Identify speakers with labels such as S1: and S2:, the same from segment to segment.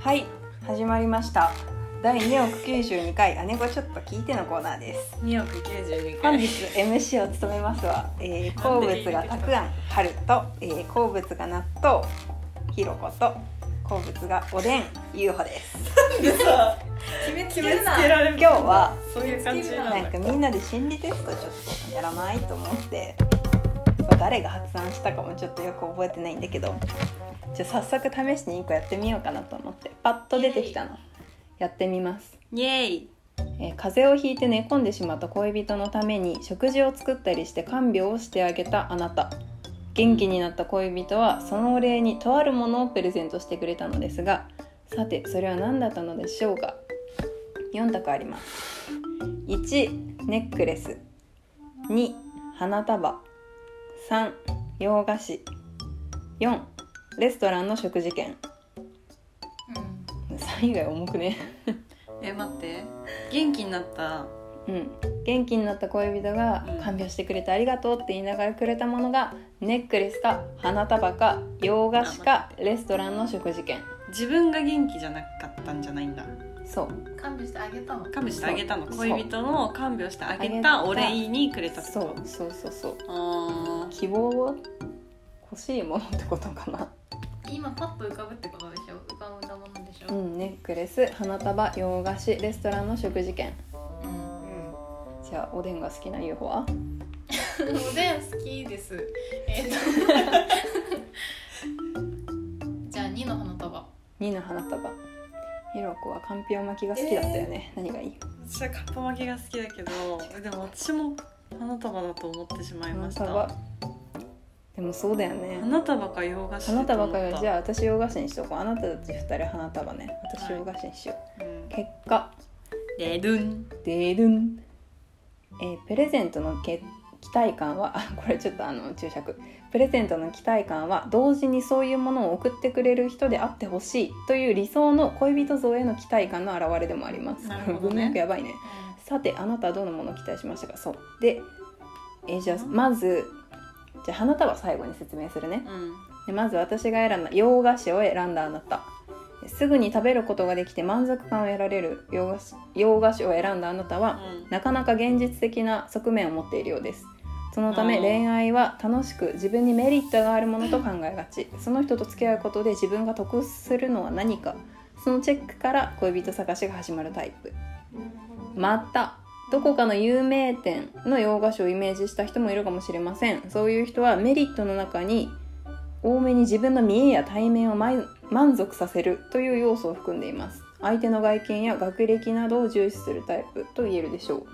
S1: はい始まりました第292回姉子ちょっと聞いてのコーナーです
S2: 2億92
S1: 本
S2: 回
S1: 日 MC を務めますは、えー、好物がたくあん春と、えー、好物が納豆ひろこと好物がおでんゆうほです
S2: さ
S3: 決め
S2: 決
S3: つけ
S2: め
S3: る
S2: つ
S3: な
S2: けられる
S1: 今日は
S2: そういう感じなんだ
S1: なんかみんなで心理テストちょっとやらないと思ってそう誰が発案したかもちょっとよく覚えてないんだけどじゃあ早速試しに1個やってみようかなと思ってパッと出てきたのやってみます、
S2: イエーイ
S1: えー風邪をひいて寝込んでしまった恋人のために食事を作ったりして看病をしてあげたあなた元気になった恋人はそのお礼にとあるものをプレゼントしてくれたのですがさてそれは何だったのでしょうか4択あります1ネックレス2花束3洋菓子4レストランの食事券3以外重くね
S2: え待って元気になった
S1: うん、元気になった恋人が
S2: う
S1: 「
S2: ん
S1: 看病してくれてありがとう」って言いながらくれたものがネックレスか花束か洋菓子かレストランの食事券
S2: 自分が元気じゃなかったんじゃないんだ
S1: そう
S3: 看病してあげたの
S2: 看病してあげたの
S1: そう
S2: 恋人の看病してあ
S1: あげ
S2: げ
S1: た
S2: たお礼にくれたって
S1: そ
S2: こと
S1: うそうそうそう
S2: あ
S1: 希望を欲しいものってことかな
S3: 今パッと浮かぶってことでしょ浮かんだものでしょ、
S1: う
S3: うん
S1: んネックレス花束洋菓子レストランの食事券じゃあおでんが好きな UFO は
S3: おでん好きですえっと じゃあ2の花束
S1: 2の花束ひろこはかんぴょう巻きが好きだったよね、何がいい
S2: ー私はカッパ巻きが好きだけどでも私も花束だと思ってしまいま
S1: 花
S2: した
S1: 束
S2: 花
S1: でもそうだよね
S2: 束か洋菓子
S1: 花束かよじゃ
S2: あ、
S1: あ私洋菓子にしとこうあなたたち2人花束ね私
S2: はい
S1: 洋菓子にしよう、
S2: うん、
S1: 結果
S2: でるん
S1: でるん、えープレゼントのけ期待感はあこれちょっとあの注釈プレゼントの期待感は同時にそういうものを送ってくれる人であってほしいという理想の恋人像への期待感の表れでもあります
S2: な るほどね
S1: 文脈やばいねさてあなたはどのものを期待しましたかそうで、えーじゃあまずじゃあ花束最後に説明するね
S2: うん
S1: でまず私が選んだ洋菓子を選んだあなたですぐに食べることができて満足感を得られる洋菓子洋菓子を選んだあなたはなかなか現実的な側面を持っているようですそのため
S2: あー
S1: 恋愛は楽しく自分にメリットがあるものと考えがちその人と付き合うことで自分が得するのは何かそのチェックから恋人探しが始まるタイプまたどこかの有名店の洋菓子をイメージした人もいるかもしれませんそういう人はメリットの中に多めに自分の見えや対面をまい満足させるという要素を含んでいます相手の外見や学歴などを重視するタイプと言えるでしょう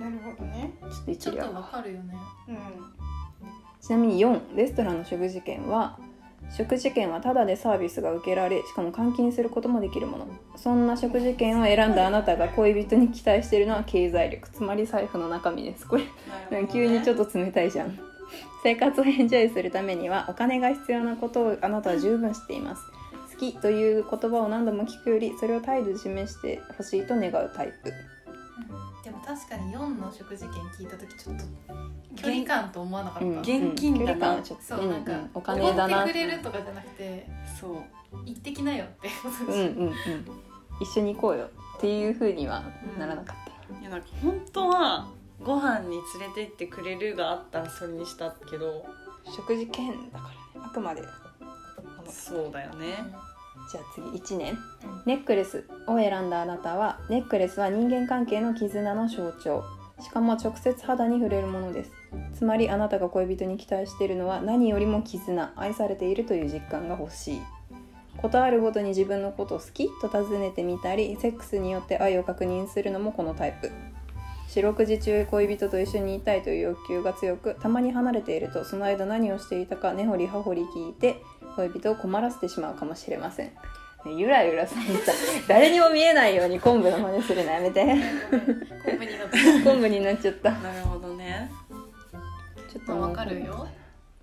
S4: なるほどね。
S1: ちょっと
S3: ち
S1: 一
S3: ょっ
S1: 理
S3: とわ
S1: は
S3: かるよね
S4: うん。
S1: ちなみに4レストランの食事券は食事券はタダでサービスが受けられしかも換金することもできるものそんな食事券を選んだあなたが恋人に期待しているのは経済力つまり財布の中身ですこれ急にちょっと冷たいじゃん生活をエンジョイするためにはお金が必要なことをあなたは十分知っています好きという言葉を何度も聞くよりそれを態度で示してほしいと願うタイプ
S3: でも確かに4の食事券聞いた時ちょっと距離感と思わなかった、
S1: うん
S2: 現金
S1: 距
S2: だな
S1: 離感はちょっと
S3: そう、
S1: うん
S3: なんか、
S1: うんお金だ
S3: 奢
S1: な
S3: ってくれるとかじゃなくて
S2: そう
S3: 行ってきなよってこと
S1: うん
S3: で
S1: う
S3: しょ、
S1: んうん一緒に行こうよっていう風にはならなかっ
S2: いやなんか本当はご飯に連れて行ってくれるがあったらそれにしたけど
S1: た、食事券だからねあくまで
S2: そうだよね
S1: じゃあ次1年
S3: うん
S1: ネックレスを選んだあなたはネックレスは人間関係の絆の象徴しかも直接肌に触れるものですつまりあなたが恋人に期待しているのは何よりも絆愛されているという実感が欲しいことあるごとに自分のことを好きと尋ねてみたりセックスによって愛を確認するのもこのタイプ四六時中恋人と一緒にいたいという欲求が強くたまに離れているとその間何をしていたか根掘り葉掘り聞いて恋人を困らせてしまうかもしれません、ねゆらゆらさんさ誰にも見えないように昆布の真似するのやめて
S3: コンビニだと
S1: 昆布になっちゃった
S2: なるほどね
S1: ちょっ
S3: ま
S1: と
S3: あ
S1: もう
S3: わかるよ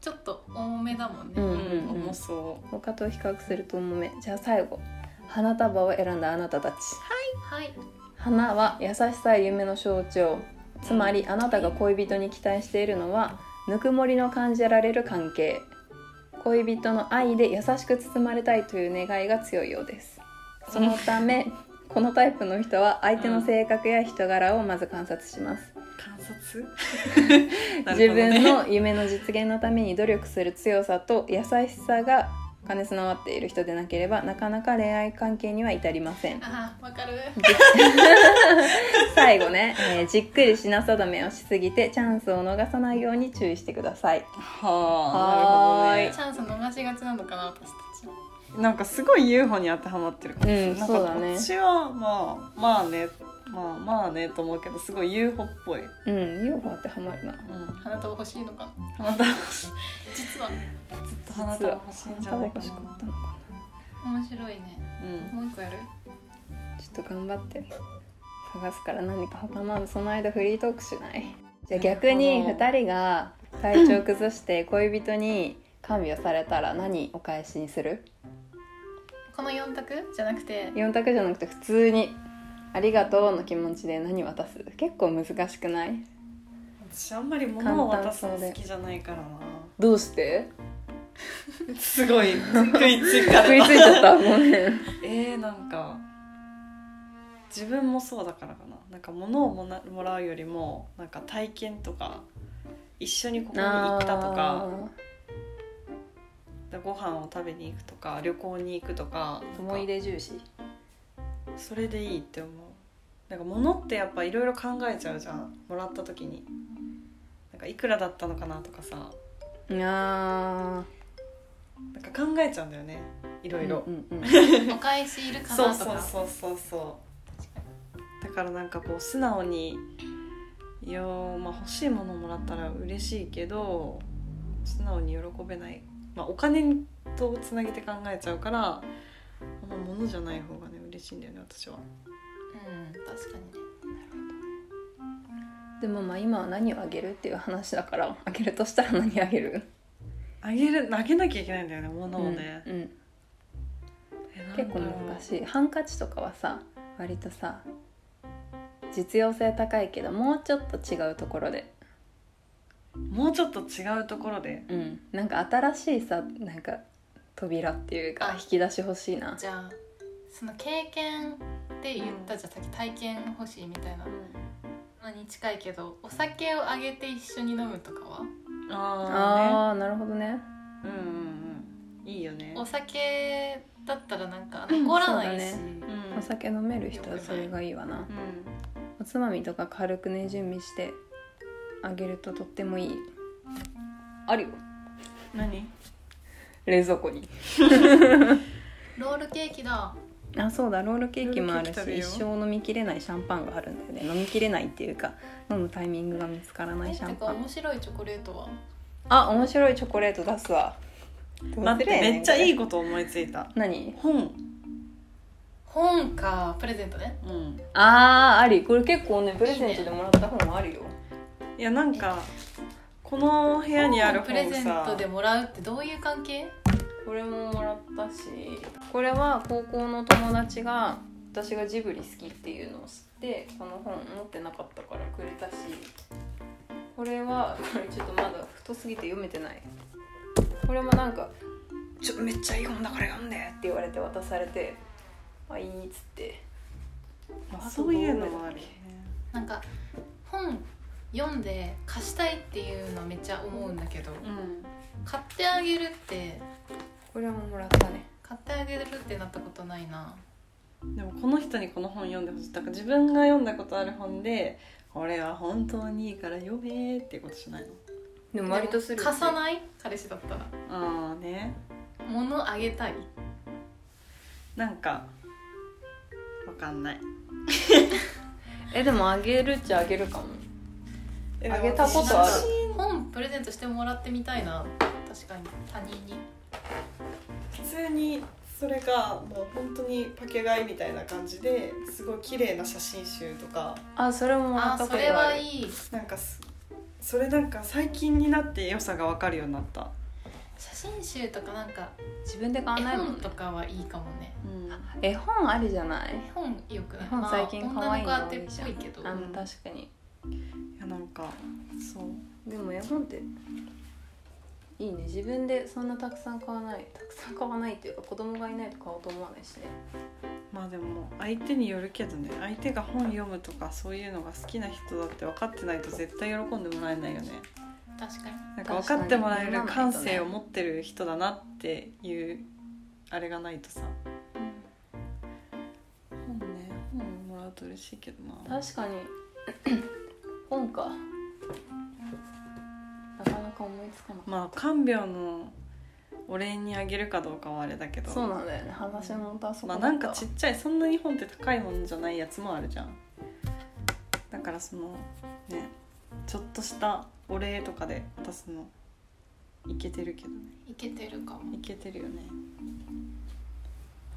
S3: ちょっと重めだもんね、
S1: うん
S2: うん重そ
S1: 他と比較すると重めじゃあ最後花束を選んだあなたたち
S3: はい
S1: 花は優しさや夢の象徴つまりあなたが恋人に期待しているのはぬくもりの感じられる関係恋人の愛で優しく包まれたいという願いが強いようですそのためこのタイプの人は相手の性格や人柄をまず観察します、
S2: 観 察
S1: 自分の夢の実現のために努力する強さと優しさが兼ね備わっている人でなければなかなか恋愛関係には至りません
S3: ああわかる
S1: 最後ね、えーじっくり品定めをしすぎてチャンスを逃さないように注意してください
S2: はあな
S1: はーい
S2: る
S3: チャンス逃しがちなのかな私たちは
S2: ほどねなんかすごい UFO に当てはまってるかもしれない、
S1: うん
S2: なん
S1: そうだね
S2: こっちはまあまあねまあまあねと思うけどすごい UFO っぽい、うん、
S1: うん UFO ってハマるな
S3: 花束欲しいのかな
S2: 花束欲しい
S3: 実は
S2: ずっと花束欲しいんじゃないか
S1: 欲し
S2: な
S1: かったのか
S3: 面白いね
S2: うん
S3: もう一個やる
S1: なちょっと頑張って探すから何か他のその間フリートークしないじゃあ逆に
S2: なるほど
S1: 2人が体調崩して恋人に看病されたら何お返しにする
S3: この4択じゃなくて
S1: 4択じゃなくて普通に「ありがとう」の気持ちで何渡す結構難しくない
S2: 私あんまり物を渡すの好きじゃないからな
S1: どうして
S2: すごい食いついか
S1: 食
S2: れ
S1: いつ
S2: た
S1: いちゃったごめん
S2: えー、なんか自分もそうだからかななんか物をもなもらうよりもなんか体験とか一緒にここに行ったとかご飯を食べに行くとか旅行に行くとかなんか
S1: 思い出重視
S2: それでいいって思うなんか物ってやっぱいろいろ考えちゃうじゃんもらった時になんかいくらだったのかなとかさ
S1: あ
S2: なんか考えちゃうんだよねいろ
S1: ー
S2: いろ
S1: う。んうんうん
S3: お返しいるか
S2: そう
S3: な
S2: そ
S3: と
S2: う
S3: か
S2: そうそうそうだからなんかこう素直にいやーまあ欲しいものもらったら嬉しいけど素直に喜べない、まあ、お金とつなげて考えちゃうからあんま物じゃない方がね嬉しいんだよね私は
S3: うん確かにね
S1: でもまあ今は何をあげるっていう話だからあげるとしたら何あげる
S2: あげるあげなきゃいけないんだよね物をね、
S1: うんうん
S2: えなんだろう
S1: 結構難しいハンカチとかはさ割とさ実用性高いけどもうちょっと違うところで、
S2: もうちょっと違うところで
S1: うん、なんか新しいさなんか扉っていうか
S3: あ
S1: 引き出し欲しいな
S3: じゃあその経験って言ったじゃんさっき体験欲しいみたいなのに近いけどお酒をあげて一緒に飲むとかは
S2: あ
S1: あーなるほどね
S2: あねうんうんうんいいよね
S3: お酒だったらなんか残らないし、
S1: そうだ
S2: うん
S1: お酒飲める人はそれがいいわな
S2: うん
S1: おつまみとか軽くね準備してあげるととってもいいあるよ
S2: 何
S1: 冷蔵庫に
S3: ロールケーキだ
S1: あそうだロールケーキもあるし
S2: ロールケーキ
S1: 一
S2: 食べ
S1: 生飲みきれないシャンパンがあるんだよね飲みきれないっていうか飲むタイミングが見つからない
S3: え
S1: シ
S3: て
S1: ャン
S3: か
S1: パン
S3: 面白いチョコレートは
S1: あ面白いチョコレート出すわ
S2: 待ってめっちゃいい
S1: い
S2: こと思いついた
S1: 何
S2: 本
S3: 本かプレゼントね
S2: うん
S1: あーありこれ結構ねプレゼントでもらった本あるよ
S2: いやなんかこの部屋にある
S3: 本をプレ
S2: 本
S3: ゼン
S2: さ
S3: トでもらうってどういう関係
S1: これももらったしこれは高校の友達が私がジブリ好きっていうのを知ってこの本持ってなかったからくれたしこれはこれちょっとまだ太すぎて読めてないこれもなんか「ちょめっちゃいい本だから読んで」って言われて渡されて「あいい」っつって
S2: まあそういうのもあるよね
S3: なんか本読んで貸したいっていうのめっちゃ思うんだけど
S2: うん
S3: 買ってあげるって
S1: これももらったね
S3: 買ってあげるってなったことないな
S2: でもこの人にこの本読んでほしいだから自分が読んだことある本で「これは本当にいいから読め」っていうことしないの
S1: でも
S3: でも貸さ
S1: い
S3: ない彼氏だったら
S2: ああね
S3: 物あげたい
S2: なんかわかんない
S1: えでもあげるっちゃあげるかも
S2: え
S1: あげたことある
S3: 本プレゼントしてもらってみたいな確かに他人に
S2: 普通にそれがもう本当にパケ買いみたいな感じですごい綺麗な写真集とか
S1: あそれももら
S3: あ
S1: った
S3: ー
S1: こ
S3: そ
S1: とあ
S3: れ
S1: る
S3: はいい
S2: なんかすそれなんか最近になって良さが分かるようになった、
S3: 写真集とかなんか
S1: 自分で買わ
S3: 絵
S1: ないもん
S3: 本
S1: ね
S3: とかはいいかもね
S2: うん、
S1: 絵本ありじゃない
S3: 絵本よくない
S1: 絵本最近可愛いの
S3: まあ、
S1: 多
S3: 女の
S1: いじ
S3: 子当
S1: ゃん
S3: てっぽいけど
S1: あ
S2: うん
S1: 確かに
S2: いやなんかそう
S1: でも絵本っていいね自分でそんなたくさん買わないたくさん買わないっていうか子供がいないと買おうと思わないしね
S2: まあでも相手によるけどね相手が本読むとかそういうのが好きな人だって分かってないと絶対喜んでもらえないよね
S3: 確かに
S2: なんか分かってもらえる感性を持ってる人だなっていうあれがないとさ本ね本もらうと嬉しいけどな
S1: 確か に本かなかなか思いつかなかっ
S2: まあ看病のお礼にあげるかどうかはあれだけ
S1: た
S2: ど
S1: そうなんだよね話もたそこ
S2: ま
S1: だ
S2: あ
S1: った
S2: なんかちっちゃいそんなに本って高いものじゃないやつもあるじゃんだからそのねちょっとしたお礼とかで渡すのいけてるけどね
S3: いけてるかも
S2: いけてるよね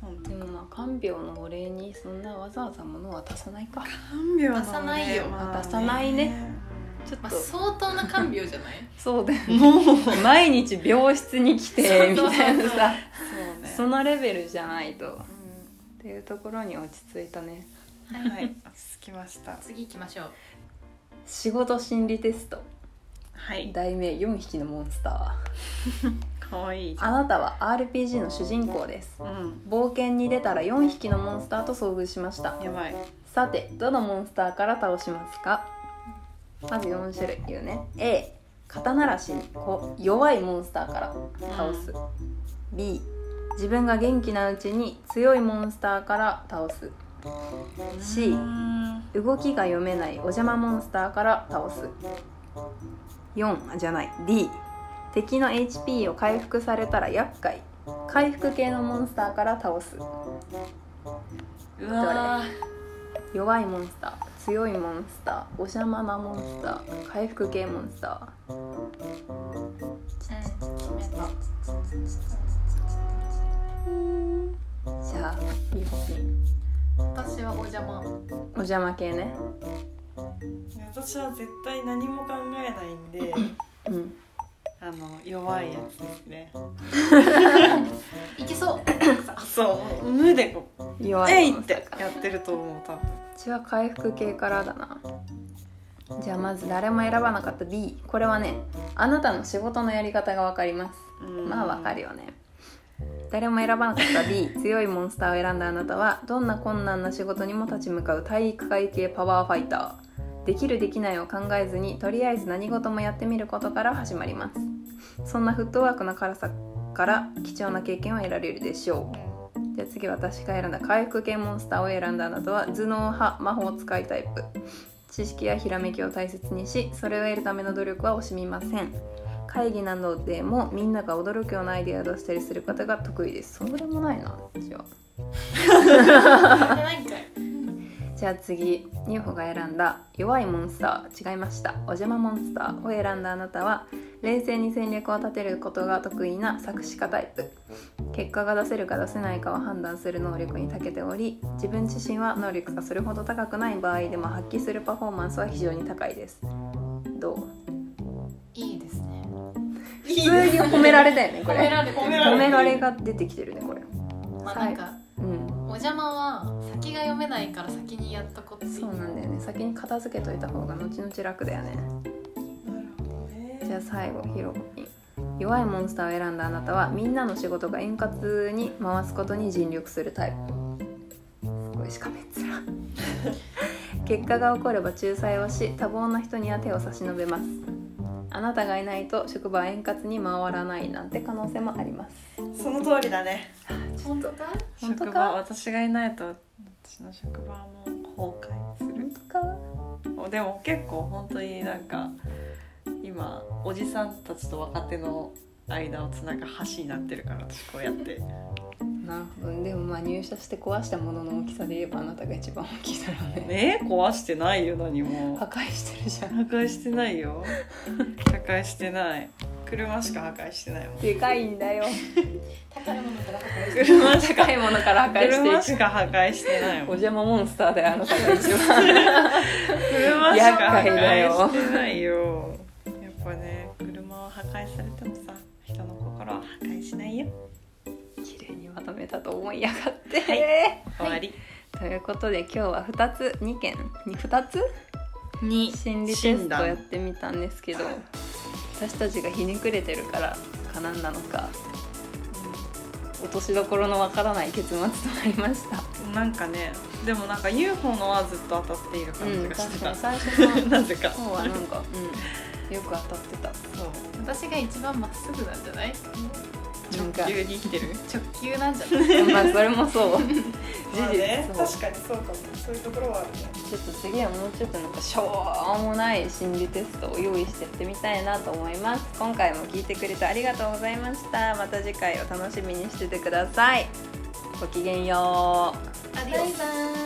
S2: 本当
S1: でもまあ看病のお礼にそんなわざわざ物は渡さないか
S2: 看病のお礼
S3: 渡さないよ
S2: まあね
S1: 渡さないねちょっ
S3: まあ、
S1: と
S3: 相当な看病じゃない
S1: そうだよねもう毎日病室に来 てみたいなさ
S2: そうね
S1: そのレベルじゃないとっ
S2: う
S1: ていうところに落ち着いたね
S2: ん はい落ち着きました
S3: 次行きましょう
S1: 仕事心理テスト
S2: はい
S1: 題名4匹のモンスタ
S2: 可愛いい
S1: ーあなたは RPG の主人公です
S2: うん
S1: 冒険に出たら4匹のモンスターと遭遇しました
S2: やばい
S1: さてどのモンスターから倒しますかまず4種類言うね A 肩慣らしにこう弱いモンスターから倒す B 自分が元気なうちに強いモンスターから倒す C
S2: うーん
S1: 動きが読めないお邪魔モンスターから倒す4じゃない D 敵の HP を回復されたら厄介回復系のモンスターから倒す
S2: うわ
S1: 弱いモンスター強いモンスターお邪魔なモンスター回復系モンスタ
S3: うん決めた
S1: ーじゃあピンピン
S3: 私はお邪魔
S1: お邪魔系ね
S2: ー私は絶対何も考えないん で
S1: うん
S2: あの弱いやつですね。
S3: いけそう
S2: そう無でこう
S1: 弱
S2: えい
S1: い
S2: っ
S1: モンスター
S2: て
S1: から
S2: やってると思う多分。
S1: うちは回復系からだなじゃあまず誰も選ばなかった B これはねあなたの仕事のやり方がわかります
S2: うん
S1: まあわかる。よね誰も選ばなかった B 強いモンスターを選んだあなたはどんな困難な仕事にも立ち向かう体育会系パワーファイターできるできないを考えずにとりあえず何事もやってみることから始まりますそんなフットワークの辛さから貴重な経験を得られるでしょうじゃあ次私が選んだ回復系モンスターを選んだあなたは頭脳派魔法使いタイプ知識やひらめきを大切にしそれを得るための努力は惜しみません会議などでもみんなが驚くようなアイデアを出したりする方が得意ですそうでもないな私は
S3: なんか
S1: じゃあ次ニューホが選んだ弱いモンスター違いましたお邪魔モンスターを選んだあなたは冷静に戦略を立てることが得意な作詞家タイプ結果が出せるか出せないかは判断する能力に長けており自分自身は能力がそれほど高くない場合でも発揮するパフォーマンスは非常に高いですどう
S3: いいですね
S1: 普通に褒められたよねこ
S3: 褒め
S1: れ
S3: られてる
S2: 褒めら
S1: 褒められが出てきてるねこれ
S3: まあなんか
S1: うん
S3: お邪魔は先が読めないから先にやっとこってい
S1: そうなんだよね先に片付けといた方が後々楽だよね
S2: なるほどね
S1: じゃあ最後ヒロに弱いモンスターを選んだあなたはみんなの仕事が円滑に回すことに尽力するタイプすごいしかめっ面 結果が起これば仲裁をし多忙な人には手を差し伸べますあなたがいないと職場は円滑に回らないなんて可能性もあります
S2: その通りだね。
S3: 本当か
S1: 本当
S2: 職場
S1: か
S2: 私がいないと私の職場も崩壊する。
S1: か
S2: でも結構本当になんか今おじさんたちと若手の間をつなぐ橋になってるから私こうやって。
S1: なるほどでもまあ入社して壊したものの大きさで言えばあなたが一番大きいだろうね
S2: ね壊してないよ何も。
S1: 破壊してるじゃん
S2: 破壊してない よ破壊してない車しか破壊してないもん
S1: でかいんだよ。
S3: 宝物から破壊して
S2: 車しか
S1: 高いものから破壊
S2: 車
S1: してい
S2: し
S1: く。
S2: か破壊して
S1: お
S2: ないもん
S1: 邪魔モンスターであなたが一番。
S2: 車しか破
S1: 厄介だよ
S2: 壊してないよやっぱね車は破壊されてもさ人の心は破壊しないよ
S1: 綺麗にまとめたと思いやがって。
S2: 終わり、
S1: ということで今日は二つ二件に二つ
S2: に
S1: 心理テストやってみたんですけど。私たちがひねくれてるからかなんなのか落としどころのわからない結末となりました
S2: うんなんかねでもなんか UFO のはずっと当たっている感
S1: う
S2: じ
S1: ん
S2: がして
S1: 確
S2: た、
S1: かに最初の
S2: なぜか
S1: 方はなんか、うん、よく当たってた
S2: そう
S3: 私が一番まっすぐなんじゃない
S1: なんか
S2: 急に生きてる
S3: 直球なんじゃない
S1: まあそれもそう事実、
S4: まあね、
S1: そう
S4: 確かにそうかもそういうところはあるね
S1: ちょっと次はもうちょっとなんかしょうもない心理テストを用意してやってみたいなと思います今回も聞いてくれてありがとうございましたまた次回を楽しみにしててくださいごきげんよう
S3: バイバイ